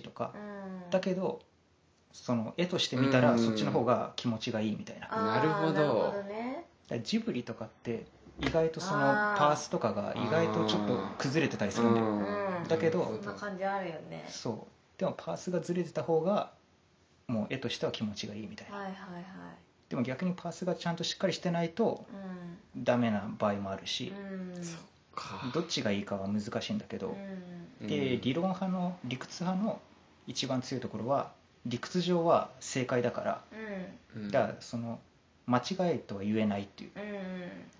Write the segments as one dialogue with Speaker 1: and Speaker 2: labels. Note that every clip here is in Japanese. Speaker 1: しとか
Speaker 2: う、ん
Speaker 1: だけどその絵として見たら
Speaker 3: うん
Speaker 1: そっちの方が気持ちがいいみたいな、だか
Speaker 2: あー
Speaker 3: なるほど
Speaker 2: なるほどね
Speaker 1: らジブリとかって意外とその
Speaker 2: あー
Speaker 1: パースとかが意外とちょっと崩れてたりするんだよ、
Speaker 2: うん
Speaker 1: だけど
Speaker 2: そんな感じあるよね
Speaker 1: そうでもパースがずれてた方がもう絵としては気持ちがいいみたいな、
Speaker 2: はいはいはい
Speaker 1: でも逆にパースがちゃんとしっかりしてないと
Speaker 2: うん
Speaker 1: ダメな場合もあるし、
Speaker 2: うん
Speaker 3: そか
Speaker 1: どっちがいいかは難しいんだけど、
Speaker 2: うん
Speaker 3: うん
Speaker 1: で理論派の理屈派の一番強いところは理屈上は正解だから
Speaker 2: うん
Speaker 3: うん
Speaker 1: だからその間違えとは言えないっていう
Speaker 2: うん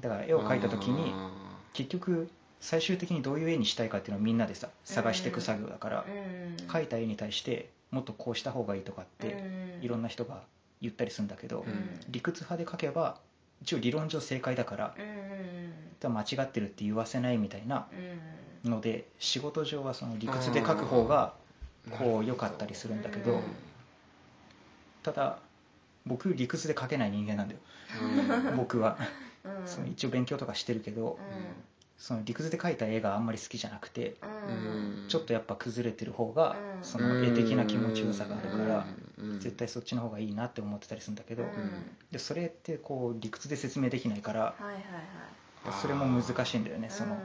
Speaker 1: だから絵を描いた時に
Speaker 3: あ
Speaker 1: 結局最終的にどういう絵にしたいかっていうのをみんなでさ探していく作業だから
Speaker 2: うん
Speaker 1: 描いた絵に対してもっとこうした方がいいとかっていろん
Speaker 2: な
Speaker 1: な人が言ったりするんだけど
Speaker 3: うん
Speaker 1: 理屈派で描けば一応理論上正解だから
Speaker 2: うんうん
Speaker 1: 間違ってるって言わせないみたいな
Speaker 2: うん
Speaker 1: ので仕事上はその理屈で描く方が
Speaker 3: ー
Speaker 1: こう良かったりするんだけ
Speaker 3: う
Speaker 1: ど
Speaker 3: ん
Speaker 1: ただ僕理屈で書けない人間なんだよ
Speaker 3: うん
Speaker 1: 僕は
Speaker 2: うんうん
Speaker 1: その一応勉強とかしてるけどその理屈で描いた絵があんまり好きじゃなくて
Speaker 2: うんうん
Speaker 3: うん
Speaker 1: ちょっとやっぱ崩れてる方が
Speaker 2: うん
Speaker 1: その絵的な気持ちよさがあるから
Speaker 3: うんうん
Speaker 1: 絶対そっちの方がいいなって思ってたりするんだけど
Speaker 2: うん
Speaker 1: でそれってこう理屈で説明できないから
Speaker 2: はいはいはい
Speaker 1: それも難しいんだよねその
Speaker 2: うん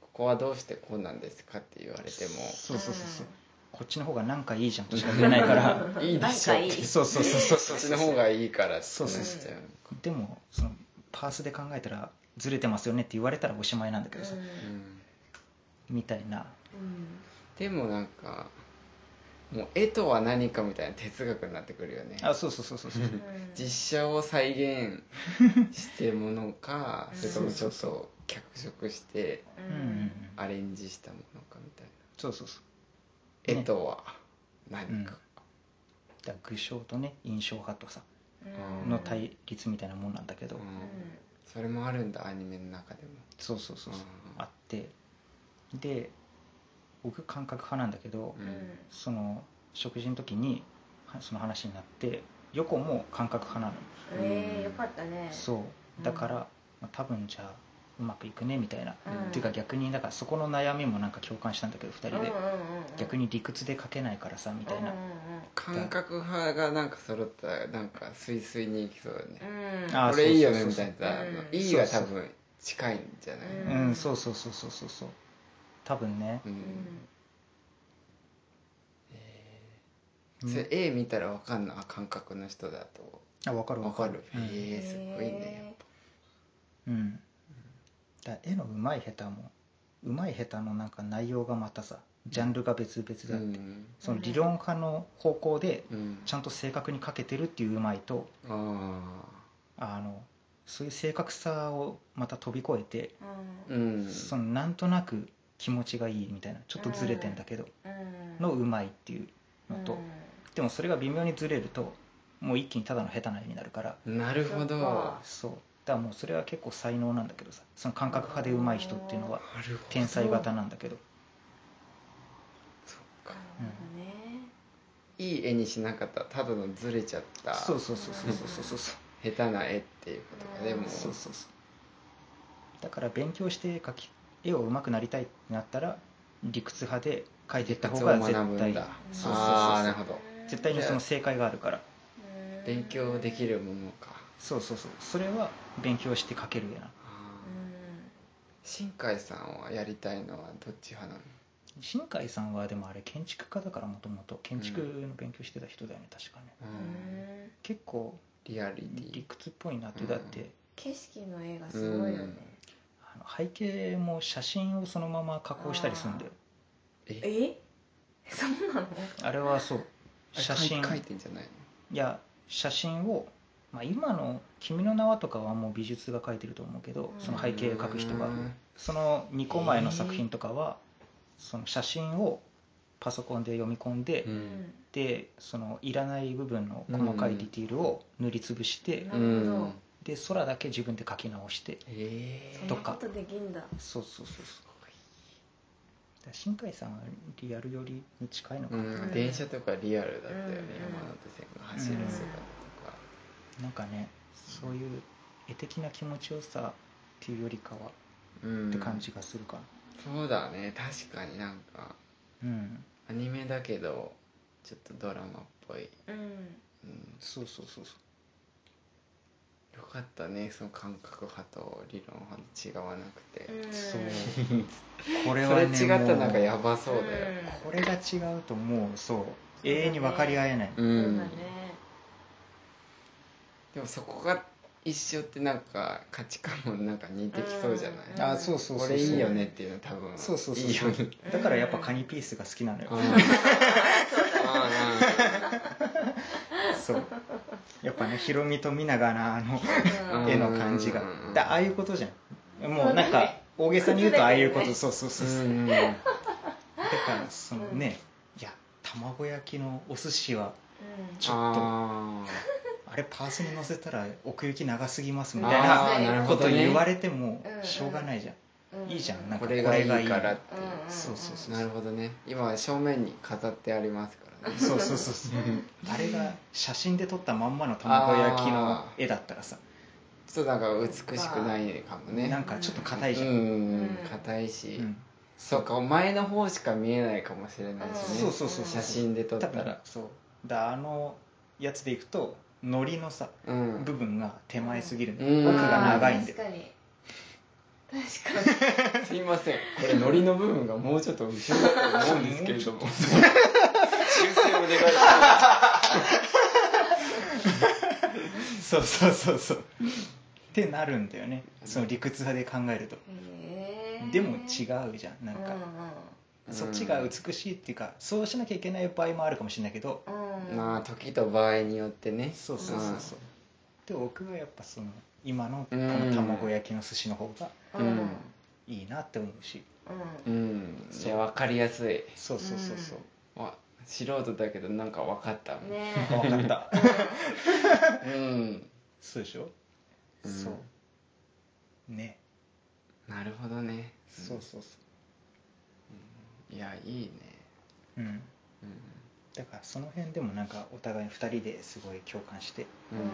Speaker 3: ここはどうしてこうなんですかって言われても
Speaker 1: そうそうそうそうこっちの方がなんかいいじゃんとしか言えないから
Speaker 2: うん
Speaker 3: いいでしょ
Speaker 2: なんかいい
Speaker 1: そうそうそうそう
Speaker 3: そ
Speaker 1: そ
Speaker 3: っ
Speaker 1: う
Speaker 3: ちの方がいいからって
Speaker 1: そう
Speaker 3: なっ
Speaker 1: そう
Speaker 3: ちゃう
Speaker 1: でもそのパースで考えたらずれてますよねって言われたらおしまいなんだけどさ
Speaker 2: うん
Speaker 3: うん
Speaker 1: みたいな
Speaker 2: うん
Speaker 3: でもなんかもう絵とは何かみたいな哲学になってくるよね
Speaker 1: あそうそうそうそうそう
Speaker 2: うん
Speaker 3: 実写を再現してものかそれともちょっと脚色して
Speaker 1: う
Speaker 2: う
Speaker 1: んうんうん
Speaker 2: ん
Speaker 3: アレンジしたものかみたい
Speaker 1: そうそうそう
Speaker 3: な絵とは何か、
Speaker 1: だから具象とね印象派とさ
Speaker 2: うん
Speaker 1: の対立みたいなもんなんだけど、
Speaker 3: うん
Speaker 2: うん
Speaker 3: それもあるんだアニメの中でも
Speaker 1: そうそうそうそう
Speaker 3: うん
Speaker 1: あってで僕感覚派なんだけど、
Speaker 3: う
Speaker 2: うん
Speaker 1: その食事の時にはその話になって横も感覚派なの、
Speaker 2: えーよかったね
Speaker 1: そうだから、
Speaker 2: うん
Speaker 1: まあ多分じゃあうまくいくねみたいな、
Speaker 2: う
Speaker 1: っ
Speaker 2: ん
Speaker 1: ていうか逆にだからそこの悩みもなんか共感したんだけど2人で、逆
Speaker 2: に
Speaker 1: に理屈で書けないからさみたいな、
Speaker 3: 感覚派がなんか揃ったらなんかスイスイにいきそうだね、
Speaker 1: あ
Speaker 3: これいいよね
Speaker 1: そう
Speaker 3: み
Speaker 1: そう
Speaker 3: た
Speaker 1: そう
Speaker 3: いな、
Speaker 2: うん
Speaker 3: いいは多分近いんじゃない、
Speaker 2: う
Speaker 1: うんん、そうそうそうそうそうそう多分ね
Speaker 3: う、ん
Speaker 1: うん
Speaker 3: それ絵見たら分かんな感覚の人だと
Speaker 1: あ分かる
Speaker 3: 分
Speaker 1: 分
Speaker 3: か
Speaker 1: か
Speaker 3: る
Speaker 1: る、
Speaker 3: へ
Speaker 1: うん
Speaker 3: えすごいね
Speaker 1: うんだから絵の上手い下手も上手い下手のなんか内容がまたさジャンルが別々
Speaker 3: う
Speaker 1: だって、
Speaker 3: ん
Speaker 1: その理論家の方向で
Speaker 3: うん
Speaker 1: ちゃんと正確に描けてるっていう上手いと
Speaker 3: あ
Speaker 1: あのそういう正確さをまた飛び越えて、
Speaker 3: あうん
Speaker 1: そのなんとなく気持ちがいいみたいなちょっとずれてんだけど、の上手いっていうのと、でもそれが微妙にずれるともう一気にただの下手な絵になるから
Speaker 3: なるほ
Speaker 2: そ
Speaker 3: ど
Speaker 2: っか
Speaker 3: な
Speaker 1: そうだからもうそれは結構才能なんだけどさその感覚派で上手い人っていうのは
Speaker 3: るほど
Speaker 1: 天才型なんだけど
Speaker 3: そっかいい絵にしなかったらただのずれちゃった
Speaker 1: そ
Speaker 3: 下
Speaker 1: うそうそうそうそうそうそう
Speaker 3: 手な絵っていうことかでも
Speaker 1: そうそうそうだから勉強して描き絵を上手くなりたいってなったら理屈派で描いていった方が絶
Speaker 3: 理屈を学ぶん
Speaker 1: 対
Speaker 3: だ
Speaker 1: そうそうそう
Speaker 3: ああなる
Speaker 1: そう
Speaker 3: ほど
Speaker 1: 絶対にその正解があるから
Speaker 3: 勉強できるものか
Speaker 1: そうそうそうそれは勉強して描ける絵なの
Speaker 3: あー新海さんはやりたいのはどっち派なの
Speaker 1: 新海さんはでもあれ建築家だからもともと建築の勉強してた人だよね確かね
Speaker 3: うん
Speaker 1: 結構
Speaker 3: リアリテ
Speaker 1: 理
Speaker 3: ィ
Speaker 1: 屈っぽいなって
Speaker 3: うん
Speaker 1: だって
Speaker 2: 景色の絵がすごいよね
Speaker 1: あの背景も写真をそのまま加工したりするんだよ
Speaker 3: え
Speaker 2: えそうなの
Speaker 1: あれはそう
Speaker 3: あれ
Speaker 1: 写真
Speaker 3: 描いてんじゃないの
Speaker 1: いや写真を、まあ、今の「君の名は」とかはもう美術が描いてると思うけど
Speaker 2: うん
Speaker 1: その背景描く人が
Speaker 3: うん
Speaker 1: その2個前の作品とかはその写真をパソコンで読み込んで
Speaker 3: うん
Speaker 1: でそのいらない部分の細かいディティールを塗りつぶして
Speaker 2: なるほど
Speaker 3: うん
Speaker 1: で空だけ自分で描き直して
Speaker 3: え
Speaker 2: そ
Speaker 3: ー
Speaker 2: んなことできんだ
Speaker 1: そうそうそうそうだ新海さんはリアルよりに近いのか
Speaker 3: う
Speaker 1: な、
Speaker 3: ん、電車とかリアルだったよね、
Speaker 2: うん
Speaker 3: 山手線が走る姿とか、
Speaker 1: なんかねそういう絵的な気持ちよさっていうよりかは
Speaker 3: うん
Speaker 1: って感じがするか
Speaker 3: そうだね確かになんか
Speaker 1: なうん、
Speaker 3: アニメだけどちょっとドラマっぽい、
Speaker 2: うん
Speaker 3: うん、
Speaker 1: そうそうそうそう
Speaker 3: よかったねその感覚派と理論派と違わなくて、
Speaker 2: うん
Speaker 1: そう
Speaker 2: う
Speaker 1: これ
Speaker 3: そ
Speaker 1: は
Speaker 3: れ
Speaker 1: ね
Speaker 3: 違ったらなんか
Speaker 1: もう
Speaker 3: やばそうだよ
Speaker 1: これが違うともうそう永遠に分かり合えない、
Speaker 3: う
Speaker 2: うんそ
Speaker 3: ん、
Speaker 2: うだね
Speaker 3: でもそこが一緒ってなんか価値観もなんか似てきそうじゃ
Speaker 2: うん
Speaker 3: ない、
Speaker 1: あそうそうそうそ
Speaker 3: こ
Speaker 1: う
Speaker 3: れいいよねっていうのは多分
Speaker 1: そうそうそう
Speaker 3: いい
Speaker 1: そ
Speaker 3: よ
Speaker 1: う
Speaker 3: ね
Speaker 1: だからやっぱカニピースが好きなのよ、
Speaker 3: あーあー
Speaker 1: そうやっぱねヒロミとミナガなあの
Speaker 2: うん
Speaker 3: うん
Speaker 1: 絵の感じが
Speaker 3: うん
Speaker 1: だああいうことじゃんもうなん
Speaker 2: そうだ
Speaker 1: か
Speaker 2: ね
Speaker 1: 大げさに言うとああいうこと、
Speaker 2: 崩れて
Speaker 1: そうそ
Speaker 2: るね
Speaker 1: うそううそう、
Speaker 3: んうん
Speaker 1: だからそのね、いや卵焼きのお寿司は
Speaker 2: うん
Speaker 1: ちょっと
Speaker 3: あ
Speaker 1: あれパースに乗せたら奥行き長すぎます
Speaker 3: ー
Speaker 1: みたいな
Speaker 3: あーなるほ
Speaker 1: こ
Speaker 3: ど
Speaker 1: と
Speaker 3: ね
Speaker 1: 言われても
Speaker 2: うんうん
Speaker 1: しょうがないじゃん、
Speaker 2: うん
Speaker 1: いいじゃんなんか
Speaker 3: これがいいからって
Speaker 2: うんうんうん
Speaker 1: そうそうそう
Speaker 3: なるほどね今は正面に飾ってありますからね
Speaker 1: そうそうそうそう あれが写真で撮ったまんまの卵焼きの絵だったらさ、
Speaker 3: ちょっとなんか美しくないかもね
Speaker 1: なんかちょっと硬
Speaker 3: う
Speaker 1: いじゃん、
Speaker 3: ん硬いし、
Speaker 1: うん
Speaker 3: そうか前の方しか見えないかもしれないしね
Speaker 1: そうそうそうそう
Speaker 3: 写真で撮っ
Speaker 1: 多
Speaker 3: た
Speaker 1: 分
Speaker 3: ら
Speaker 1: そうだあのやつでいくと海苔のさ
Speaker 3: うん
Speaker 1: 部分が手前すぎるの、
Speaker 3: うん
Speaker 1: 奥が長いんで
Speaker 2: 確かに確かに
Speaker 3: すいません これ海苔の部分がもうちょっと後ろだと思うんですけれども修正お願いしま
Speaker 1: そうそうそうそうってなるんだよねその理屈派で考えると
Speaker 2: へー
Speaker 1: でも違うじゃんなんか、
Speaker 3: うん
Speaker 1: そっちが美しいっていうかそうしなきゃいけない場合もあるかもしれないけど
Speaker 2: うんうんう
Speaker 3: す
Speaker 2: ん
Speaker 3: まあ時と場合によってね
Speaker 1: そうそうそうそうで僕はやっぱその今のこ
Speaker 3: うん
Speaker 1: の卵焼きの寿司の方が
Speaker 2: うんうん
Speaker 1: いいなって思うし
Speaker 3: うんいや分かりやすい
Speaker 1: そうそうそうそう
Speaker 3: わ素人だけどなんか分かったもん
Speaker 2: ね
Speaker 1: あ分かった
Speaker 3: うん
Speaker 1: そうでしょ、
Speaker 3: うん
Speaker 1: そうね
Speaker 3: なるほどね
Speaker 1: そうそうそ
Speaker 3: いやいいね
Speaker 1: ううん
Speaker 3: う
Speaker 1: だからその辺でもなんかお互い2人ですごい共感して
Speaker 3: ん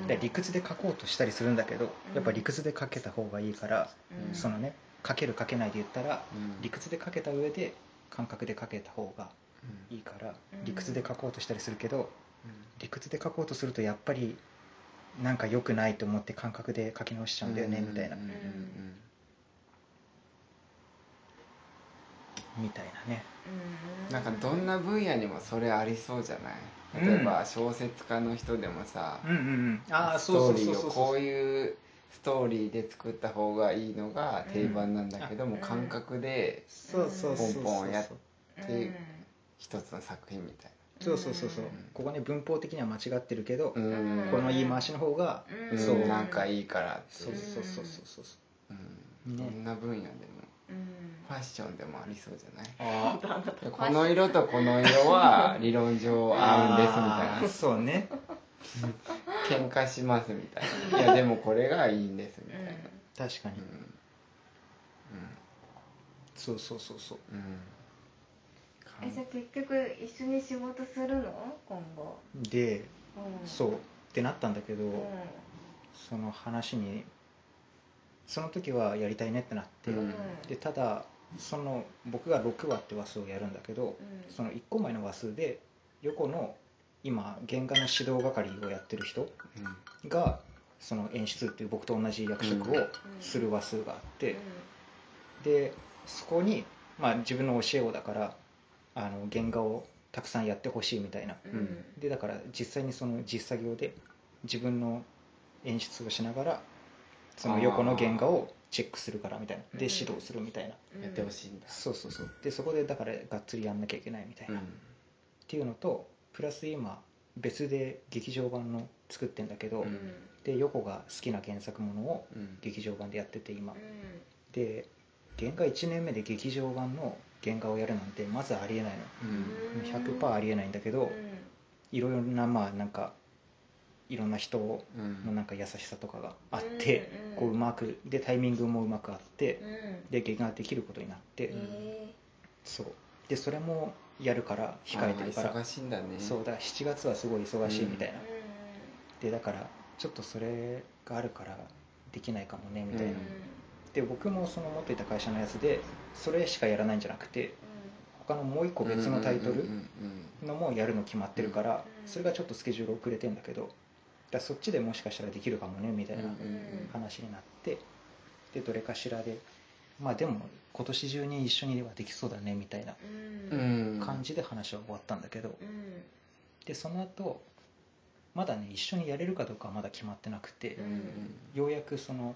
Speaker 2: うん
Speaker 1: で理屈で書こうとしたりするんだけど
Speaker 2: うん
Speaker 1: やっぱ理屈で書けた方がいいから、
Speaker 2: うん
Speaker 1: そのね書ける書けないで言ったら
Speaker 3: うん
Speaker 1: 理屈で書けた上で感覚で書けた方が
Speaker 3: うん
Speaker 1: いいから
Speaker 2: うん
Speaker 1: 理屈で書こうとしたりするけど理屈で書こうとするとやっぱりなんか良くないと思って感覚で書き直しちゃうんだよねみたいな
Speaker 3: うんうんうん
Speaker 1: みたいなね
Speaker 2: うん
Speaker 3: なんかどんな分野にもそれありそうじゃない
Speaker 1: うん
Speaker 3: 例えば小説家の人でもさ、
Speaker 1: うんうんうんああ
Speaker 3: ス
Speaker 1: そ
Speaker 3: ト
Speaker 1: う
Speaker 3: ーリ
Speaker 1: そう
Speaker 3: ー
Speaker 1: そ
Speaker 3: を
Speaker 1: う
Speaker 3: こ
Speaker 1: そうう
Speaker 3: いうストーリーで作った方がいいのが定番なんだけども、
Speaker 2: うん
Speaker 3: 感覚で
Speaker 1: そうそうそうそう
Speaker 3: ポンポンやっ
Speaker 2: うん
Speaker 3: て一つの作品みたい
Speaker 1: そうそうそうそうここね文法的には間違ってるけど、
Speaker 3: な、うん
Speaker 2: うん
Speaker 1: この言い回しの方が、
Speaker 2: うん
Speaker 1: そう
Speaker 3: うんなんかいいからって
Speaker 1: そ
Speaker 3: いうう、
Speaker 1: そうそうそうそうそう
Speaker 3: うん
Speaker 1: ね
Speaker 3: どんな分野でも
Speaker 2: うん
Speaker 3: ファッションでもありそうじゃない
Speaker 1: ああ
Speaker 3: でこの色とこの色は理論上合うんですみたい な
Speaker 1: あーそうね
Speaker 3: 喧嘩しますみたいないやでもこれがいいんですみたいな
Speaker 1: 確かに、
Speaker 3: う
Speaker 1: そうそうそうそうん
Speaker 3: うん
Speaker 2: えじゃあ結局一緒に仕事するの今後
Speaker 1: で
Speaker 2: うん
Speaker 1: そうってなったんだけど、
Speaker 2: うん
Speaker 1: その話にその時はやりたいねってなって、
Speaker 3: うん
Speaker 1: でただその僕が6話って話数をやるんだけど、
Speaker 2: うん
Speaker 1: その1個前の話数で横の今原画の指導係をやってる人
Speaker 3: うん
Speaker 1: がその演出っていう僕と同じ役職をする話数があって、でそこに、まあ、自分の教え子だからあの原画をたくさんやってほしいみたいな
Speaker 2: うんうん
Speaker 1: でだから実際にその実作業で自分の演出をしながらその横の原画をチェックするからみたいなで
Speaker 2: うん
Speaker 1: 指導するみたいな、
Speaker 2: うん
Speaker 3: やってほしいんだ
Speaker 1: そうそうそうでそこでだからがっつりやんなきゃいけないみたいな、
Speaker 3: う
Speaker 1: っ
Speaker 3: ん
Speaker 1: ていうのとプラス今別で劇場版の作ってんだけど、
Speaker 3: う
Speaker 2: うん
Speaker 3: ん
Speaker 1: で横が好きな原作ものを
Speaker 3: うん
Speaker 1: 劇場版でやってて今、
Speaker 2: うん
Speaker 1: で原画1年目で劇場版の原画をやるなんてまずありえないの
Speaker 3: うん
Speaker 1: 100%ありえないんだけど、
Speaker 2: うん
Speaker 1: いろいろなまあなんかいろんな人
Speaker 3: うん
Speaker 1: のなんか優しさとかがあって、
Speaker 2: うんうん
Speaker 1: こううまくでタイミングもうまくあって
Speaker 2: う、ん
Speaker 1: で劇ができることになって、
Speaker 2: え
Speaker 1: そうでそれもやるから控えてるか
Speaker 3: あー
Speaker 1: ら
Speaker 3: 忙しいんだね
Speaker 1: そうだから7月はすごい忙しいみたいな、
Speaker 2: ー
Speaker 1: でだからちょっとそれがあるからできないかもねみたいな、
Speaker 3: うん
Speaker 2: うん
Speaker 1: で僕もその持っていた会社のやつでそれしかやらないんじゃなくて他のもう一個別のタイト
Speaker 3: う
Speaker 1: ル
Speaker 3: ん
Speaker 1: のもやるの決まってるから
Speaker 2: うん
Speaker 1: それがちょっとスケジュール遅れてんだけどだからそっちでもしかしたらできるかもねみた
Speaker 3: うん
Speaker 1: いな
Speaker 3: うん
Speaker 1: 話になってでどれかしらでまあでも今年中に一緒にはできそうだねみたいな
Speaker 3: うんうん
Speaker 1: 感じで話は終わったんだけど
Speaker 2: うん
Speaker 1: でその後まだね一緒にやれるかどうかはまだ決まってなくて
Speaker 3: うんうん
Speaker 1: ようやくその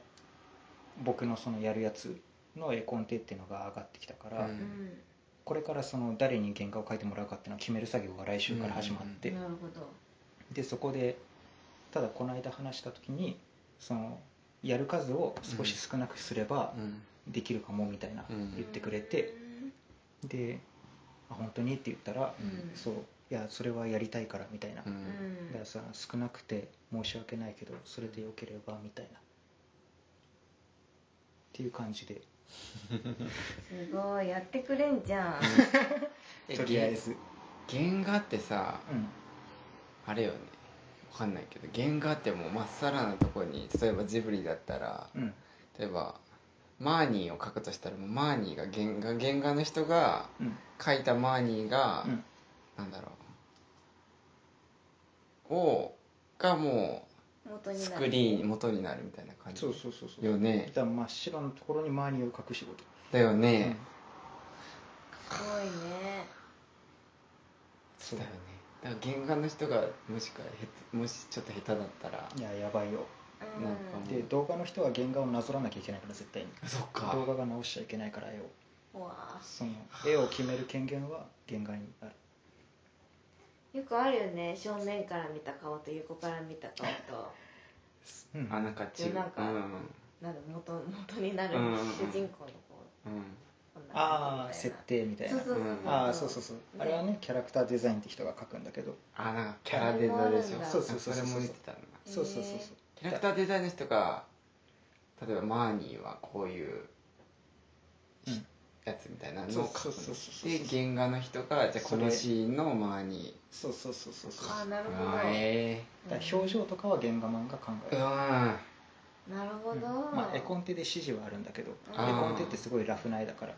Speaker 1: 僕のそのやるやつの絵コンテっていうのが上がってきたから、
Speaker 3: うん
Speaker 2: うん
Speaker 1: これからその誰に原画を描いてもらうかっていうのを決める作業が来週から始まって、
Speaker 2: なるほど
Speaker 1: でそこでただこの間話した時にそのやる数を少し少なくすれば
Speaker 3: うん
Speaker 1: できるかもみたいな
Speaker 3: うん
Speaker 1: 言ってくれて、で「あ本当に?」って言ったら「
Speaker 2: うん
Speaker 1: そういやそれはやりたいから」みたいな、
Speaker 2: う
Speaker 3: う
Speaker 2: んん
Speaker 1: だからさ少なくて申し訳ないけどそれでよければみたいなっていう感じです
Speaker 2: ごいやってくれんじゃん
Speaker 3: え
Speaker 1: とりあえず
Speaker 3: 原画ってさ
Speaker 1: うん
Speaker 3: あれよねわかんないけど原画ってもうまっさらなとこに例えばジブリだったら
Speaker 1: うん
Speaker 3: 例えばマーニーを描くとしたらもうマーニーが原画原画の人が
Speaker 1: うん
Speaker 3: 描いたマーニーが、
Speaker 1: うん
Speaker 3: なんだろうをがも
Speaker 2: 元
Speaker 3: う
Speaker 2: になる
Speaker 3: スクリーン元になるみたいな感じ
Speaker 1: そうそうそうそう
Speaker 3: よね
Speaker 1: だから真っ白のところに周りを隠し事
Speaker 3: だよね、
Speaker 2: すごいね
Speaker 1: そう
Speaker 3: だよねだから原画の人がもしかへもしちょっと下手だったら
Speaker 1: いややばいよ
Speaker 2: うん
Speaker 3: なんかも
Speaker 1: で動画の人は原画をなぞらなきゃいけないから絶対に
Speaker 3: そっ
Speaker 1: 動画が直しちゃいけないから絵を
Speaker 2: うわ
Speaker 1: その絵を決める権限は原画にある
Speaker 2: よくあるよね正面から見た顔と横から見た顔と
Speaker 1: うん
Speaker 3: あなんか違う
Speaker 2: なんか
Speaker 3: うん
Speaker 2: なんだ元元になる
Speaker 3: うん
Speaker 2: 主人公の
Speaker 3: うん
Speaker 2: 子女の子みたいな
Speaker 1: ああ設定みたいな
Speaker 2: そうそうそうそう
Speaker 1: ああそうそうそう
Speaker 2: ね
Speaker 1: あれはねキャラクターデザインって人が描くんだけど
Speaker 3: あなんかキャラデザでし
Speaker 2: あれもあるん
Speaker 3: ょ
Speaker 2: だ
Speaker 1: そうそうそうそう
Speaker 3: れも見てたな
Speaker 2: へー
Speaker 1: そうそうそうそう
Speaker 3: キャラクターデザインの人が例えばマーニーはこういう
Speaker 1: うん
Speaker 3: やつみたいなのを
Speaker 1: そう
Speaker 3: 描
Speaker 1: そう
Speaker 3: く
Speaker 1: そうそう
Speaker 3: ので原画の人がじゃあこの
Speaker 1: それ
Speaker 3: シーンのマーニ
Speaker 1: そうそうそうそうそう
Speaker 2: あー
Speaker 1: だか
Speaker 2: なる
Speaker 3: ー
Speaker 2: ほど
Speaker 3: あーえ
Speaker 1: ら表情とかは原画マンが考え
Speaker 3: え
Speaker 1: る
Speaker 3: うわ
Speaker 2: なるほ
Speaker 1: うん
Speaker 2: ど、
Speaker 1: まあ絵コンテで指示はあるんだけど絵
Speaker 2: あー
Speaker 1: コンテってすごいラフな絵だから
Speaker 2: う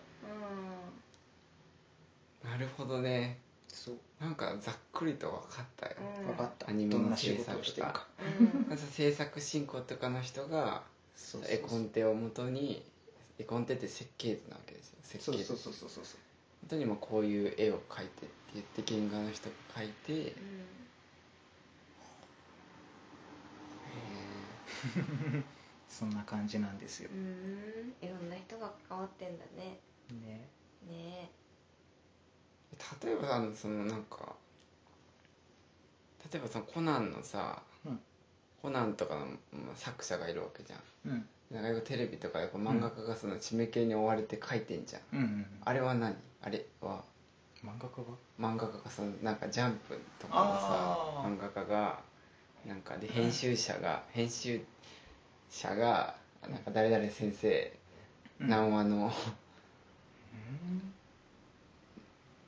Speaker 3: ーなるほどね
Speaker 1: そう
Speaker 3: なんかざっくりと分かったよ、
Speaker 2: うん
Speaker 1: 分かった
Speaker 3: ア
Speaker 1: ど
Speaker 3: ニメの
Speaker 1: んな仕事をしてるか
Speaker 2: んうん
Speaker 3: まず制作進行とかの人が
Speaker 1: そう
Speaker 3: 絵コンテをもとに絵コンテって設計図なわけですよ設
Speaker 1: そう
Speaker 3: 計
Speaker 1: そう
Speaker 3: 図
Speaker 1: そう
Speaker 3: 本
Speaker 1: そうそうそうそう
Speaker 3: 当にもうこういう絵を描いてって言って原画の人が描いて、へ
Speaker 1: そんな感じなんですよ
Speaker 2: うん、うん、いろんな人が関わってんだね
Speaker 1: ね
Speaker 2: ね
Speaker 3: ー例えばさそのなんか例えばそのコナンのさ、
Speaker 1: うん
Speaker 3: コナンとかのまあ作者がいるわけじゃん
Speaker 1: うん
Speaker 3: なんかよくテレビとかでこう漫画家がその締め切りに追われて描いてんじゃん、
Speaker 1: うんうん
Speaker 3: あれは何あれは
Speaker 1: 漫画家は
Speaker 3: 漫画家がそのなんかジャンプとかのさ
Speaker 1: あー
Speaker 3: 漫画家がなんかで編集者が編集者がなんか誰々先生
Speaker 1: うん
Speaker 3: 何話の
Speaker 1: うん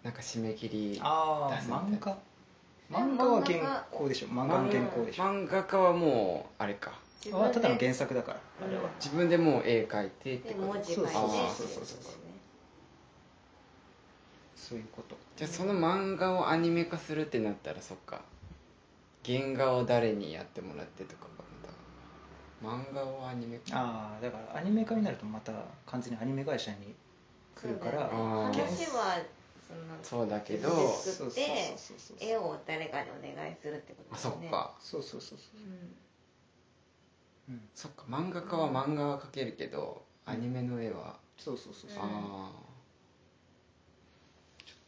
Speaker 3: なんか締め切り
Speaker 1: ああ
Speaker 3: 出すみたいな
Speaker 1: 漫画漫画は原稿でしょ漫画の原稿でしょ
Speaker 3: 漫画家はもうあれか
Speaker 2: 自
Speaker 1: あただの
Speaker 2: で
Speaker 1: 原作だからあれは
Speaker 2: う
Speaker 3: 自分でもう絵描いてって
Speaker 2: で
Speaker 3: こと
Speaker 2: 文字
Speaker 1: そう
Speaker 2: 書いて
Speaker 1: そう
Speaker 3: そうそうそうそう
Speaker 1: そういうこと
Speaker 3: じゃあその漫画をアニメ化するってなったらそっか原画を誰にやってもらってとかまた漫画をアニメ化
Speaker 1: ああだからアニメ化になるとまた完全にアニメ会社に来るから
Speaker 3: あー
Speaker 2: 話はその
Speaker 3: そうだけど
Speaker 2: そう
Speaker 1: そ
Speaker 2: そう
Speaker 1: うそうそうそうそう
Speaker 2: 絵を誰かにお願いするってこと
Speaker 3: あ
Speaker 2: だ
Speaker 3: そ
Speaker 2: よ
Speaker 3: っ
Speaker 2: ね
Speaker 3: か
Speaker 1: そうそうそうそう
Speaker 2: うん
Speaker 1: うん
Speaker 3: そっか漫画家は漫画は描けるけどアニメの絵は、
Speaker 1: そうそうそう
Speaker 2: う
Speaker 1: そ
Speaker 2: ん
Speaker 1: う
Speaker 3: あ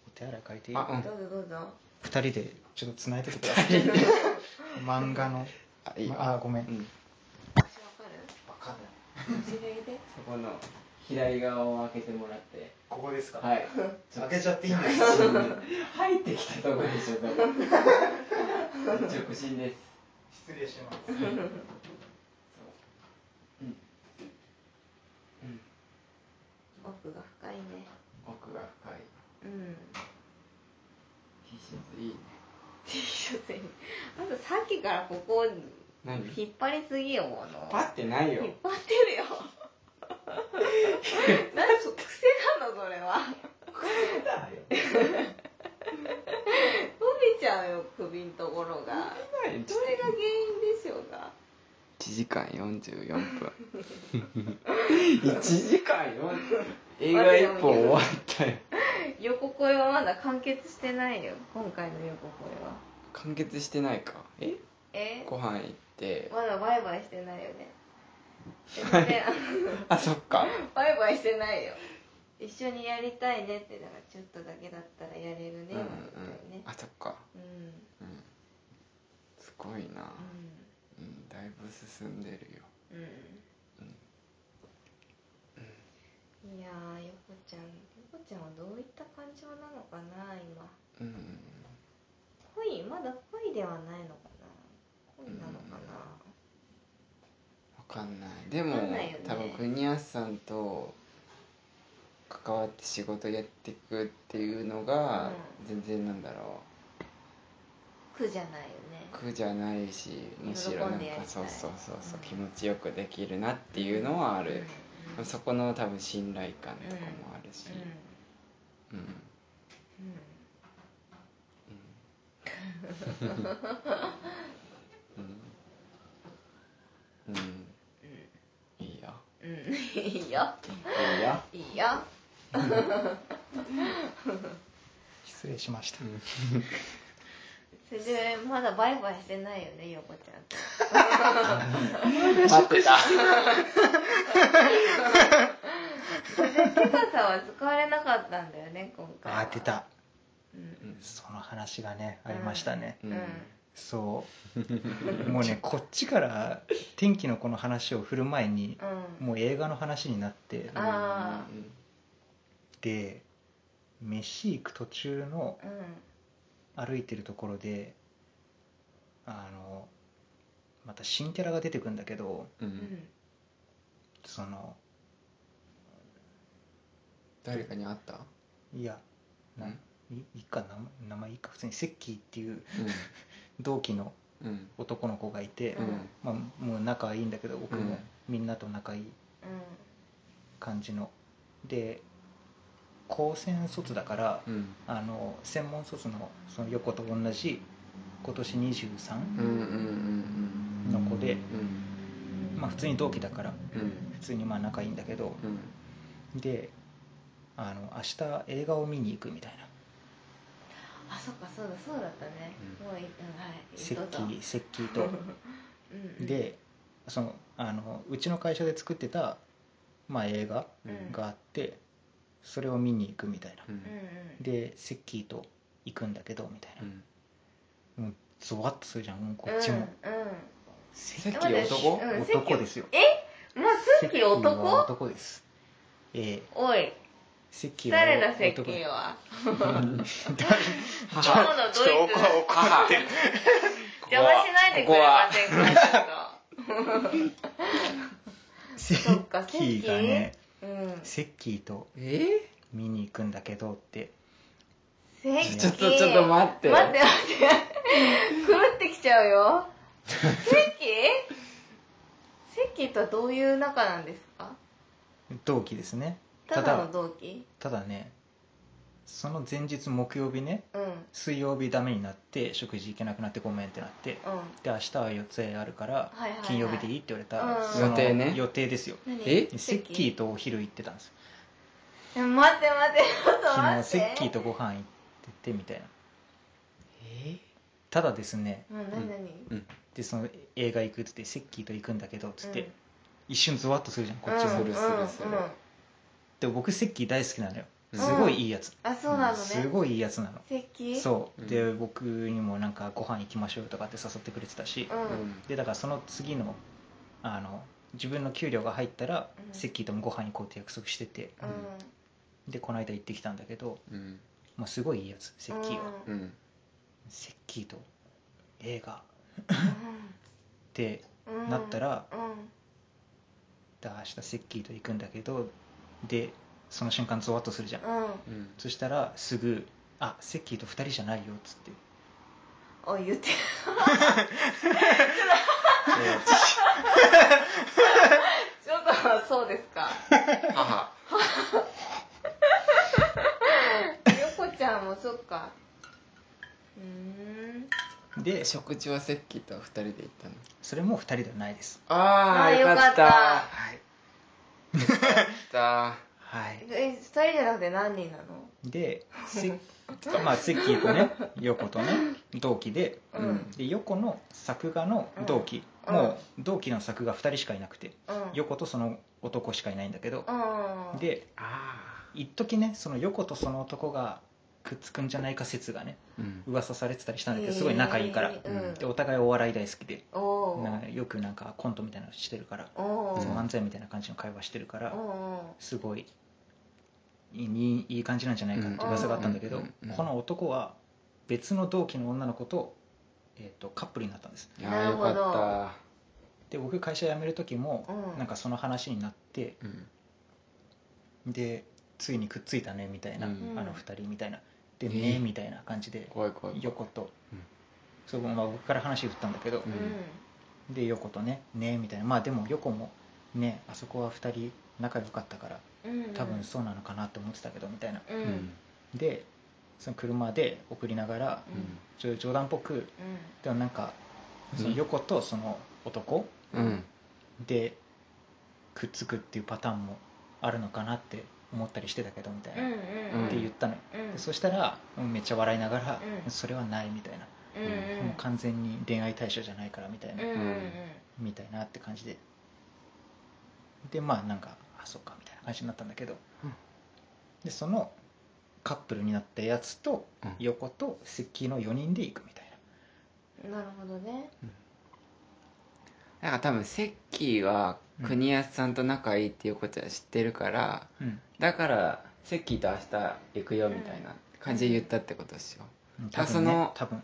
Speaker 1: お手洗い書いていい
Speaker 3: ああうん
Speaker 2: どうぞどうぞ
Speaker 1: 2人でちょっと繋いでてく ださい漫画の
Speaker 3: あいいよ
Speaker 1: あーごめ
Speaker 3: うんん
Speaker 2: 私わかる
Speaker 1: わかんない
Speaker 2: 後ろで
Speaker 3: そこの左側を開けてもらって
Speaker 1: ここですか
Speaker 3: はい
Speaker 1: 開けちゃっていいんです
Speaker 3: 入ってきたとこでしょ多分 直進です
Speaker 1: 失礼します
Speaker 2: 奥が深いね
Speaker 3: 奥が深い
Speaker 2: うん
Speaker 3: T シャツいいね
Speaker 2: T シャツにあとさっきからここ
Speaker 3: 何
Speaker 2: 引っ張りすぎよもうの
Speaker 3: パってないよ
Speaker 2: 引っ張 ってるよなんか癖なのそれは伸びちゃうよ首のところがそれが原因でしょうが
Speaker 3: 1時間44分1時間4分映画1本終わったよ
Speaker 2: 横恋はまだ完結してないよ今回の横恋は
Speaker 3: 完結してないかえ
Speaker 2: え
Speaker 3: ご飯行って
Speaker 2: まだバイバイしてないよ ね全然
Speaker 3: あそっか
Speaker 2: バイバイしてないよ一緒にやりたいねってだからちょっとだけだったらやれるね
Speaker 3: うんうん
Speaker 2: は言ったよね
Speaker 3: あそっか
Speaker 2: うん
Speaker 3: うんすごいなうんだいぶ進んでるよ
Speaker 2: うんうんいやー横ちゃん横ちゃんはどういった感情なのかな今
Speaker 3: うん
Speaker 2: 恋まだ恋ではないのかな恋なのかな
Speaker 3: わかんないで
Speaker 2: わ
Speaker 3: も
Speaker 2: かんないよね
Speaker 3: 多分国安さんと関わって仕事やっていくっていうのが全然なんだろ
Speaker 2: 苦じゃないよね
Speaker 3: う苦じゃないしむしろ
Speaker 2: 喜
Speaker 3: なんんか
Speaker 2: でやりたい
Speaker 3: そうそうそうそう
Speaker 2: うん
Speaker 3: 気持ちよくできるなっていうのはあ
Speaker 2: うん
Speaker 3: る、
Speaker 2: うん
Speaker 3: そこの多分信頼感とかもあるし、うん
Speaker 2: うんうん
Speaker 3: うんうん、いいよ
Speaker 2: うん いいよ
Speaker 3: いいよ
Speaker 2: いいよ
Speaker 1: 失礼しました、
Speaker 2: それでまだバイバイしてないよね横ちゃんと
Speaker 3: 待ってた
Speaker 2: それで手傘は使われなかったんだよね今回は
Speaker 1: あ出た
Speaker 2: うん
Speaker 1: その話がねありましたね、
Speaker 3: うん
Speaker 2: うん
Speaker 1: そう もうねこっちから天気のこの話を振る前に
Speaker 2: うん
Speaker 1: もう映画の話になって
Speaker 2: あ
Speaker 3: うん
Speaker 1: で飯行く途中の
Speaker 2: うん
Speaker 1: 歩いてるところであのまた新キャラが出てくんだけど
Speaker 3: うん
Speaker 2: うん
Speaker 1: その
Speaker 3: 誰かに会った、
Speaker 1: いやな
Speaker 3: うん
Speaker 1: いいいか名前名前いいか普通にセッキーっていう
Speaker 3: う
Speaker 1: 同期の
Speaker 3: んうん
Speaker 1: 男の子がいて
Speaker 2: う、ん
Speaker 1: まあ、もう仲いいんだけど僕
Speaker 3: う
Speaker 1: も
Speaker 3: ん
Speaker 1: みんなと仲いい
Speaker 2: うん
Speaker 1: 感じので高専卒だから
Speaker 3: うん
Speaker 1: あの専門卒のその横と同じ今年
Speaker 3: うんう
Speaker 1: 23
Speaker 3: んうん
Speaker 1: の子で、
Speaker 3: うん
Speaker 1: まあ、普通に同期だから
Speaker 3: うん
Speaker 1: 普通にまあ仲いいんだけど
Speaker 3: うん
Speaker 1: であの明日映画を見に行くみたいな
Speaker 2: あそっかそうだそうだったね
Speaker 3: うん
Speaker 2: もういうんはい
Speaker 1: 石
Speaker 2: どうぞ
Speaker 1: 器石器 と
Speaker 2: うんうん
Speaker 1: でそのあのうちの会社で作ってた、まあ、映画
Speaker 2: うん
Speaker 1: があってそれを見に行くみたいな
Speaker 3: うん
Speaker 2: うんうん
Speaker 1: で石器と行くんだけどみたいな
Speaker 3: うん
Speaker 1: ゾワッとするじゃんもうこっちも
Speaker 2: うんうん
Speaker 1: 石器
Speaker 3: 石器男
Speaker 2: うん
Speaker 1: 男ですよ
Speaker 2: まあスッ
Speaker 1: 石
Speaker 2: キー
Speaker 1: 器は
Speaker 2: 男
Speaker 1: 男ですええ
Speaker 2: おい
Speaker 1: 石器は
Speaker 2: 誰だ
Speaker 1: 男
Speaker 2: セッキーは
Speaker 3: 母
Speaker 2: 今日のドイツ
Speaker 3: 母ってる
Speaker 2: 邪魔しないでくれませんかちょっと
Speaker 1: 石
Speaker 2: そっか
Speaker 1: 器がね
Speaker 2: うん
Speaker 1: 石器と
Speaker 3: え
Speaker 1: 見に行くんだけどって
Speaker 2: セッキー
Speaker 3: ちょっとちょっと待って
Speaker 2: 待って待って狂ってきちゃうよセッキーセッキーとはどういう仲なんですか
Speaker 1: 同期ですね
Speaker 2: ただの同期
Speaker 1: ただねその前日木曜日ね
Speaker 2: うんうん
Speaker 1: 水曜日ダメになって食事行けなくなってごめんってなってで明日は予定あるから
Speaker 2: はいはいはい
Speaker 1: 金曜日でいいって言われた
Speaker 2: うん
Speaker 1: その
Speaker 3: 予定ね
Speaker 1: 予定ですよ
Speaker 2: 何
Speaker 3: え
Speaker 1: でセッキーとお昼行ってたんですよ
Speaker 2: え待って待ってちょっと
Speaker 1: 昨日
Speaker 2: 待って
Speaker 1: セッキーとご飯行っててみたいな
Speaker 3: え
Speaker 1: ただですね
Speaker 2: うん何何
Speaker 3: うん
Speaker 1: でその映画行くっつってセッキーと行くんだけどっつって、
Speaker 2: うん
Speaker 1: 一瞬ゾワッとするじゃんこっち
Speaker 2: うん
Speaker 1: も、
Speaker 3: するするする
Speaker 2: うんうん
Speaker 1: で僕セッキー大好きなのよ
Speaker 3: うん
Speaker 1: すごいいいやつ、
Speaker 2: あそうなのね
Speaker 1: すごいいいやつなの
Speaker 2: セッキー
Speaker 1: そう、
Speaker 3: うん
Speaker 1: で僕にもなんかご飯行きましょうとかって誘ってくれてたし、
Speaker 2: うん
Speaker 3: う
Speaker 2: うん
Speaker 3: ん
Speaker 1: でだからその次のあの自分の給料が入ったら、
Speaker 2: うん
Speaker 1: セッキーともご飯行こうって約束しててでこの間行ってきたんだけど、
Speaker 3: うん
Speaker 1: まあ、すごいいいやつセッキーは、
Speaker 2: うん
Speaker 3: うん
Speaker 1: セッキーと映画っ
Speaker 2: う
Speaker 1: て
Speaker 2: んうん
Speaker 1: なったら、
Speaker 2: うん
Speaker 1: だから明日セッキーと行くんだけどでその瞬間ゾワッとするじゃん、
Speaker 2: うん
Speaker 3: うん
Speaker 1: そしたらすぐ「あセッキーと2人じゃないよ」っつって
Speaker 2: おい言って ちょっとそうですか
Speaker 3: 母
Speaker 2: あそっかうーん
Speaker 1: で
Speaker 3: え食事はセッキーと2人で行ったの
Speaker 1: それも2人ではないです
Speaker 3: あ
Speaker 2: あー
Speaker 3: ーよかった
Speaker 2: よか
Speaker 1: はいは
Speaker 3: だ
Speaker 1: い
Speaker 2: え二人じゃなくて何人なの
Speaker 1: でせまあ、セッキーとね横とね同期で
Speaker 2: うんうん
Speaker 1: で横の作画の同期、
Speaker 2: うん
Speaker 1: もう同期の作画2人しかいなくて
Speaker 2: う
Speaker 1: 横とその男しかいないんだけど、
Speaker 2: んうん
Speaker 1: で
Speaker 3: あ
Speaker 1: 一時ねその横とその男がくっつくんじゃないか説がね
Speaker 3: ーうん
Speaker 1: 噂されてたりしたんだけどすごい仲いいから、
Speaker 2: えーうん
Speaker 1: でお互いお笑い大好きで
Speaker 2: おお
Speaker 1: なよくなんかコントみたいなのしてるから、
Speaker 2: おお
Speaker 1: その
Speaker 3: う
Speaker 1: 漫才みたいな感じの会話してるから、
Speaker 2: おお
Speaker 1: すごいいいいい感じなんじゃないかって噂があったんだけど、
Speaker 3: うんうんうんうん
Speaker 1: この男は別の同期の女の子と,、えー、とカップルになったんです
Speaker 3: いや
Speaker 2: な
Speaker 3: ー
Speaker 2: る
Speaker 3: よ
Speaker 2: ほど
Speaker 3: かっ
Speaker 1: で僕会社辞める時も、
Speaker 2: うん
Speaker 1: なんかその話になって
Speaker 3: たうん
Speaker 1: でついにくっついたねみたいな、
Speaker 3: うん
Speaker 1: あの2人みたいなで
Speaker 3: え
Speaker 1: ね
Speaker 3: ー
Speaker 1: みたいな感じで
Speaker 3: 怖い怖い怖い
Speaker 1: 横と、
Speaker 3: うん
Speaker 1: そうまあ、僕から話振ったんだけど、
Speaker 3: うん
Speaker 1: で横とねねみたいなまあでも横もねあそこは2人仲良かったから
Speaker 2: うんうん
Speaker 1: 多分そうなのかなって思ってたけどみたいな
Speaker 2: うんう
Speaker 3: うんん
Speaker 1: でその車で送りながら
Speaker 3: うん
Speaker 1: ちょ冗談っぽくでもなんかその横とその男
Speaker 3: うん
Speaker 1: でくっつくっていうパターンもあるのかなって思ったりしてたけどみたい
Speaker 2: うんう
Speaker 1: な、っ
Speaker 2: んうん
Speaker 1: て言ったのよ、
Speaker 2: うん
Speaker 1: でそしたらうんめっちゃ笑いながら、
Speaker 2: うん
Speaker 1: それはないみたいな、
Speaker 2: うんうん
Speaker 1: もう完全に恋愛対象じゃないからみたいな、
Speaker 2: うんうんうん
Speaker 1: みたいなって感じででまあなんかあそうかみたいな感じになったんだけど、
Speaker 3: うん
Speaker 1: でそのカップルになったやつと
Speaker 3: うん
Speaker 1: 横と石器の4人で行くみたい
Speaker 2: なるほどね
Speaker 3: なんか多分セッキーは国安さんと仲いいっていうことは知ってるから、
Speaker 1: な、うん
Speaker 3: だからセッキーと明日行くよみたいな感じで言ったってことですよ
Speaker 1: 多
Speaker 3: そ
Speaker 1: 分ね
Speaker 3: の
Speaker 1: 多分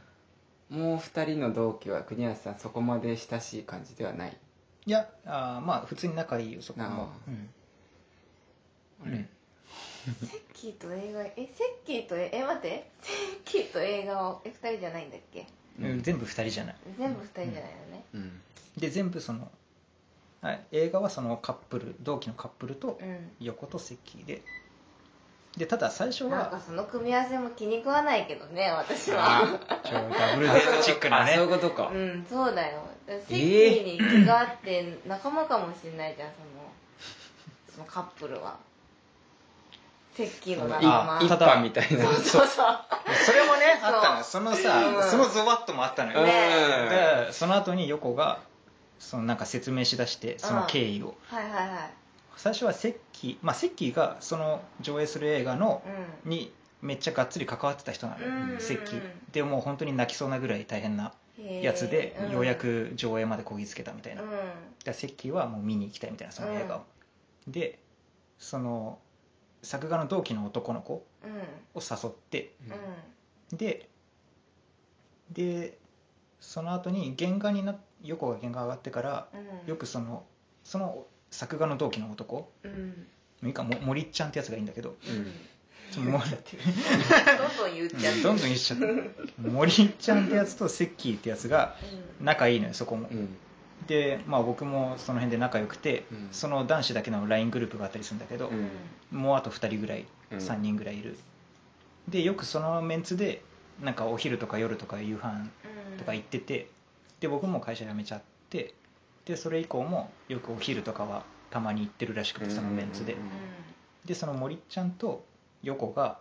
Speaker 3: もう2人の同期は国安さんそこまで親しい感じではない
Speaker 1: いやあーまあ普通に仲いいよそこも
Speaker 3: あ、
Speaker 1: うん
Speaker 3: うん
Speaker 1: うん
Speaker 2: セッキーと映画えセッキーとええ待ってセッキーと映画をえ二人じゃないんだっけ
Speaker 1: うん全部2人じゃない
Speaker 2: 全部二人じゃないのね
Speaker 3: うん
Speaker 1: で全部そのあ映画はそのカップル同期のカップルと
Speaker 2: うん
Speaker 1: 横と石器ででただ最初
Speaker 2: なんか
Speaker 1: は
Speaker 2: その組み合わせも気に食わないけどね私は
Speaker 3: あ
Speaker 1: ちょダブルデートチックな
Speaker 3: あ
Speaker 1: ね
Speaker 3: そういうことか、
Speaker 2: うんそうだよセッキー
Speaker 3: え
Speaker 2: に気があって仲間かもしれないじゃんそのそのカップルはセッキーの仲間
Speaker 1: あ
Speaker 3: 一
Speaker 1: ただ
Speaker 3: 般みたいな
Speaker 2: そうそう
Speaker 1: それもね
Speaker 2: そう
Speaker 1: あったのそのさ、
Speaker 2: うん
Speaker 1: そのゾワッともあったのよ、
Speaker 2: ね
Speaker 1: でその後に横がそのなんか説明しだしてその経緯を、
Speaker 2: はいはいはい
Speaker 1: 最初はセッキー、まあ、セッキーがその上映する映画の
Speaker 2: う
Speaker 1: にめっちゃがっつり関わってた人なのよ、
Speaker 2: うん
Speaker 1: セッキーでもう本当に泣きそうなぐらい大変なん
Speaker 2: へー
Speaker 1: やつで、
Speaker 2: ん
Speaker 1: ようやく上映までこぎつけたみた
Speaker 2: う
Speaker 1: い
Speaker 2: ん
Speaker 1: な、だからセッキーはもう見に行きたいみたいなその映画を、でその作画の同期の男の子
Speaker 2: うん
Speaker 1: を誘って
Speaker 2: うん
Speaker 1: ででその後に原画にな横が原画上がってから
Speaker 2: うん
Speaker 1: よくそのその作画の同期の男
Speaker 2: うん
Speaker 1: いいかも森っちゃんってやつがいいんだけど
Speaker 3: うん
Speaker 1: そのも
Speaker 2: どんどん言っちゃって
Speaker 1: どんどん言っちゃった森っちゃんってやつとセッキーってやつが
Speaker 2: う
Speaker 1: 仲いいのよそこも
Speaker 3: うん
Speaker 1: でまあ僕もその辺で仲良くて、
Speaker 3: うん
Speaker 1: その男子だけの LINE グループがあったりするんだけど、
Speaker 3: うん
Speaker 1: もうあと2人ぐらい
Speaker 3: うん
Speaker 1: 3人ぐらいいる、でよくそのメンツでなんかお昼とか夜とか夕飯
Speaker 2: ん
Speaker 1: とか行っててで僕も会社辞めちゃってでそれ以降もよくお昼とかはたまに行ってるらしくてそのメンツで
Speaker 3: うん
Speaker 2: う
Speaker 1: でその森ちゃんと横が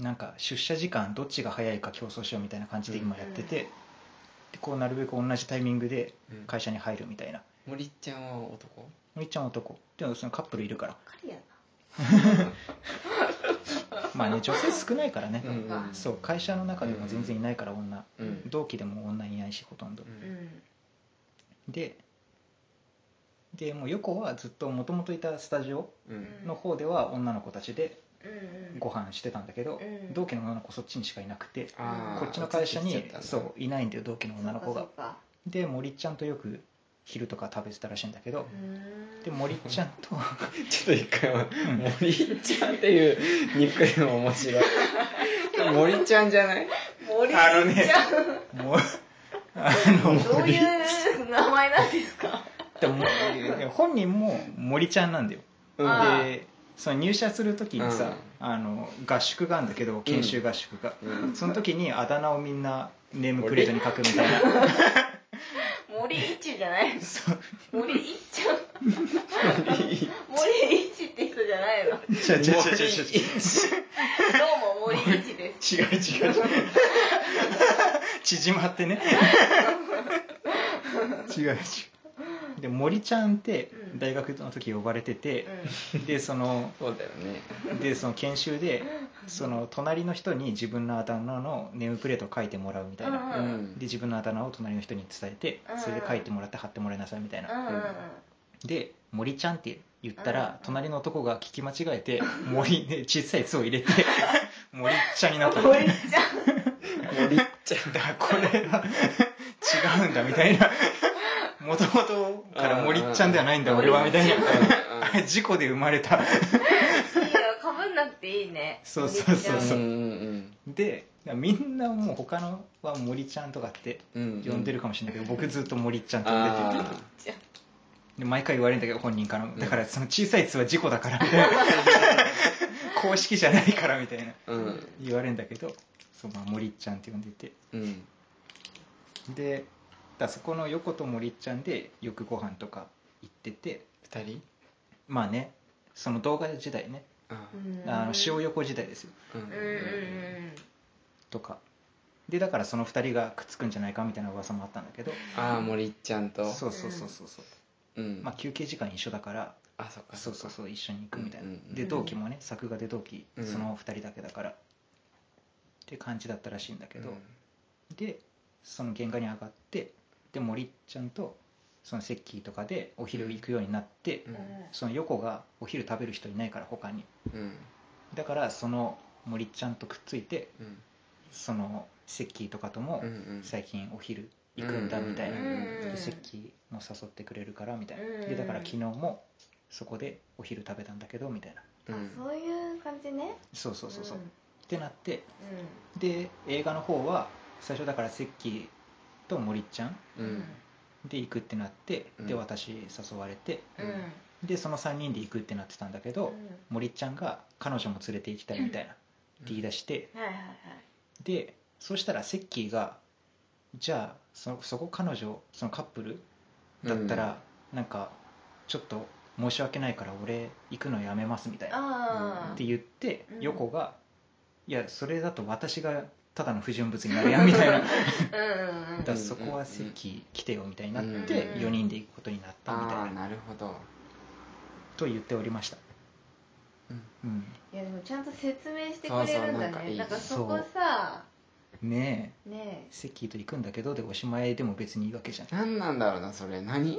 Speaker 1: なんか出社時間どっちが早いか競争しようみたいな感じで今やっててでこうなるべく同じタイミングで
Speaker 3: うん
Speaker 1: 会社に入るみたいな
Speaker 3: 森っちゃんは男
Speaker 1: 森ちゃんは男でもそのカップルいるから
Speaker 2: んカリアな
Speaker 1: まあ ね女性少ないからね
Speaker 3: うんうん
Speaker 1: そう会社の中でも全然いないから女
Speaker 3: うん
Speaker 1: 同期でも女いないしほとんど
Speaker 3: うん
Speaker 2: うん
Speaker 1: ででもう横はずっともともといたスタジオ
Speaker 3: うん
Speaker 1: の方では女の子たちで
Speaker 2: うんうん
Speaker 1: ご飯してたんだけど、
Speaker 2: うん
Speaker 1: 同期の女の子そっちにしかいなくて、
Speaker 3: あー
Speaker 1: こっちの会社
Speaker 3: 移
Speaker 1: に
Speaker 3: っちゃったんだ
Speaker 1: そういないんだよ同期の女の子
Speaker 2: そ
Speaker 1: が
Speaker 2: うか
Speaker 1: で森ちゃんとよく昼とか食べてたらしいんだけど
Speaker 2: そうか、うん
Speaker 1: で森ちゃん と
Speaker 3: ちょっと一回は
Speaker 1: ん
Speaker 3: 森ちゃんっていうニックネーム面白い 森ちゃんじゃない
Speaker 2: 森
Speaker 1: あの
Speaker 2: ち
Speaker 1: ね
Speaker 2: ゃん
Speaker 1: もうあの
Speaker 2: どういう名前なんですか
Speaker 1: でも本人も森ちゃんなんだよ
Speaker 3: うん
Speaker 2: あー
Speaker 1: でその入社する時にさ、あの合宿があるんだけど研修合宿が、
Speaker 3: うん
Speaker 1: その時にあだ名をみんなネームプレートに書くみたいな
Speaker 2: 森一じゃないの
Speaker 1: そう
Speaker 2: 森一ちゃん森一って人じゃないのど
Speaker 1: 違う違う違う違う違う
Speaker 2: うも森一です
Speaker 1: 違う違う違う縮まってね違う違うで森ちゃんって
Speaker 2: うん
Speaker 1: 大学の時呼ばれてて
Speaker 2: う、ん
Speaker 1: でその
Speaker 3: そうだよね
Speaker 1: でその研修でその隣の人に自分のあだ名のネームプレートを書いてもらうみたいな、
Speaker 2: う
Speaker 3: うんん
Speaker 1: で自分のあだ名を隣の人に伝えて
Speaker 2: うん
Speaker 1: それで書いてもらって貼ってもらいなさいみたいな、
Speaker 2: うんうんうん
Speaker 1: で「森ちゃん」って言ったら、
Speaker 2: うん
Speaker 1: 隣の男が聞き間違えて「森」で小さい「つ」を 入れて「森ちゃん」になった
Speaker 2: 森ちゃん
Speaker 3: 森っちゃ
Speaker 1: だこれは違うんだみたいなもともとから森っちゃんではないんだ
Speaker 3: うん
Speaker 1: 俺はみたい な
Speaker 3: う
Speaker 1: 事故で生まれた
Speaker 2: いいよかぶんなくていいね
Speaker 1: そうそうそ
Speaker 3: ん
Speaker 1: そう
Speaker 3: うんうん
Speaker 1: でみんなもう他のは森ちゃんとかって
Speaker 3: うんうん
Speaker 1: 呼んでるかもしれないけど僕ずっと森ちゃんって呼んでて
Speaker 3: あ
Speaker 2: ちゃん
Speaker 1: で毎回言われるんだけど本人からも
Speaker 3: ん
Speaker 1: だからその小さい「つ」は事故だからみたいな公式じゃないからみたいな
Speaker 3: あうん
Speaker 1: 言われるんだけどそう、まあ、森ちゃんって呼んでて
Speaker 3: うん
Speaker 1: でだからそこの横と森ちゃんでよくご飯とか行ってて
Speaker 3: 二人
Speaker 1: まあねその動画時代ね
Speaker 3: あ
Speaker 1: あの
Speaker 2: う
Speaker 1: 塩
Speaker 2: ん
Speaker 1: 横時代ですよ
Speaker 3: うん
Speaker 2: うんうんうん
Speaker 1: とかでだからその2人がくっつくんじゃないかみたいな噂もあったんだけど
Speaker 3: ああ森っちゃんと
Speaker 1: そうそうそうそうそう
Speaker 3: う、ん
Speaker 1: まあ、休憩時間一緒だから
Speaker 3: あそっか
Speaker 1: そうそうそう一緒に行くみたいな
Speaker 3: うんうんうん
Speaker 1: で同期もね作画で同期
Speaker 3: うん
Speaker 1: その2人だけだからって感じだったらしいんだけどでその原画に上がってで森ちゃんとそのセッキーとかでお昼行くようになって
Speaker 3: うん
Speaker 1: その横がお昼食べる人いないから他に
Speaker 3: うん
Speaker 1: だからその森ちゃんとくっついて
Speaker 3: うん
Speaker 1: そのセッキーとかとも
Speaker 3: うんうん
Speaker 1: 最近お昼行くんだみたいな、
Speaker 3: うんうん
Speaker 2: うん
Speaker 1: でセッキーも誘ってくれるからみたいな、
Speaker 2: うん
Speaker 1: でだから昨日もそこでお昼食べたんだけどみたいな
Speaker 3: う
Speaker 2: あ
Speaker 3: ん
Speaker 2: そういう感じね
Speaker 1: そうそうそうそう、
Speaker 2: ん
Speaker 1: ってなって
Speaker 2: うん
Speaker 1: で映画の方は最初だからセッキーと森ちゃん
Speaker 3: うんうん
Speaker 1: で行くってなってで
Speaker 3: うん
Speaker 1: 私誘われて
Speaker 2: うんうん
Speaker 1: でその3人で行くってなってたんだけど、森ちゃんが彼女も連れて行きたいみたいなって言い出して、
Speaker 2: はいはいはい
Speaker 1: でそしたらセッキーがじゃあそそこ彼女そのカップルだったら、なんかちょっと申し訳ないから俺行くのやめますみたいなっ
Speaker 2: ああ
Speaker 1: て言って、
Speaker 2: うん
Speaker 1: 横が「いやそれだと私がただの不純物になるやん」みた いなだか
Speaker 2: うんうん
Speaker 1: らそこはセッキー来てよみたいになって
Speaker 2: うん
Speaker 1: 4人で行くことになったみ
Speaker 3: あ
Speaker 1: た
Speaker 3: あ
Speaker 1: いな
Speaker 3: なるほど
Speaker 1: と言っておりました、
Speaker 3: う
Speaker 1: う
Speaker 3: ん
Speaker 1: ん、
Speaker 2: いやでもちゃんと説明してくれるんだ
Speaker 3: そうそうなんかい
Speaker 2: ね
Speaker 3: い
Speaker 2: なんかそこさ
Speaker 1: ね
Speaker 2: ね
Speaker 1: えセッキーと行くんだけどでおしまいでも別にいいわけじゃん
Speaker 3: 何なんだろうなそれ何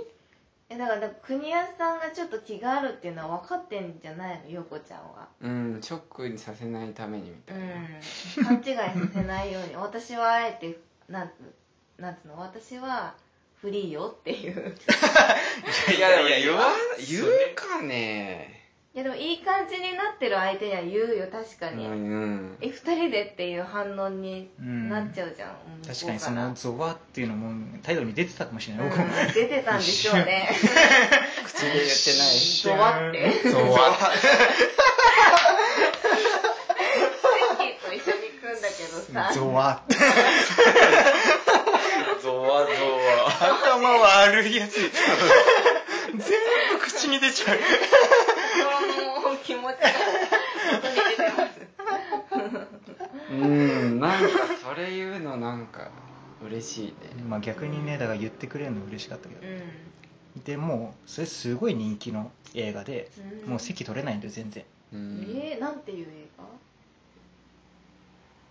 Speaker 2: ええだから国安さんがちょっと気があるっていうのは分かってんじゃないの横ちゃんは
Speaker 3: うんショックにさせないためにみたいな
Speaker 2: うん勘違いさせないように私はあえてなんつなんつうの私はフリーよっていう
Speaker 3: いやいや言わ言うかね
Speaker 2: いやでもいい感じになってる相手には言うよ確か
Speaker 3: う
Speaker 2: に、
Speaker 3: ん
Speaker 2: え二人でっていう反応に
Speaker 1: うん
Speaker 2: なっちゃうじゃん、向こうら
Speaker 1: 確かにそのゾワっていうのも態度に出てたかもしれない、僕も
Speaker 2: うん出てたんでしょうね
Speaker 3: 口で言ってない
Speaker 1: 一
Speaker 2: ゾ
Speaker 1: 瞬
Speaker 2: ワってセッキ
Speaker 3: そうわ
Speaker 2: ーと一緒に行くんだけどさ
Speaker 1: ゾワって
Speaker 3: ゾワゾ
Speaker 1: 頭悪いや つ全部口に出ちゃう
Speaker 2: その気持ちが外に出てます
Speaker 3: ワうんなんかそれ言うのなんか嬉しいね
Speaker 1: まあ逆にねだから言ってくれるの嬉しかったけど
Speaker 2: う、
Speaker 1: でもうそれすごい人気の映画で、
Speaker 2: ん、
Speaker 1: もう席取れないんだよ全然
Speaker 3: うん
Speaker 2: えー、なんていう映画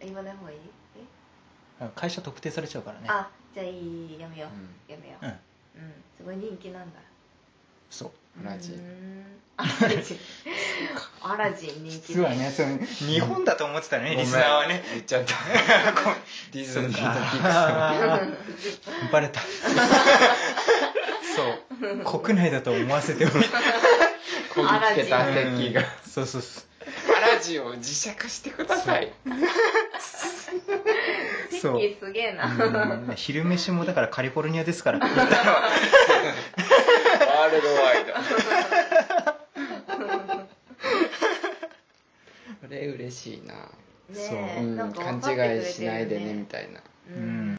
Speaker 2: 言わない方がいいえ
Speaker 1: 会社特定されちゃうからね
Speaker 2: あじゃあいいやめよう、
Speaker 3: う
Speaker 2: やめよう
Speaker 1: うん
Speaker 2: うん、すごい人気なんだ
Speaker 1: そう
Speaker 3: アラジン
Speaker 2: うーんアラジンアラジン人気
Speaker 1: 実はねその日本だと思ってたね、
Speaker 3: ごめん
Speaker 1: リスナーはね
Speaker 3: 言っちゃった ディズニーとピクサ
Speaker 1: あー バレ たそう国内だと思わせておいた
Speaker 3: ーこぎつけたセッキーが
Speaker 1: そうそうそう
Speaker 3: アラジンを磁石してください
Speaker 2: セッキー すげえな
Speaker 1: うん昼飯もだからカリフォルニアですから
Speaker 3: ワールドワイド
Speaker 2: れ嬉しいな、
Speaker 3: ねえ
Speaker 2: うん
Speaker 3: なんか
Speaker 2: 勘
Speaker 3: 分かってくれてるよ
Speaker 2: 違いしないでねみたいな
Speaker 3: うん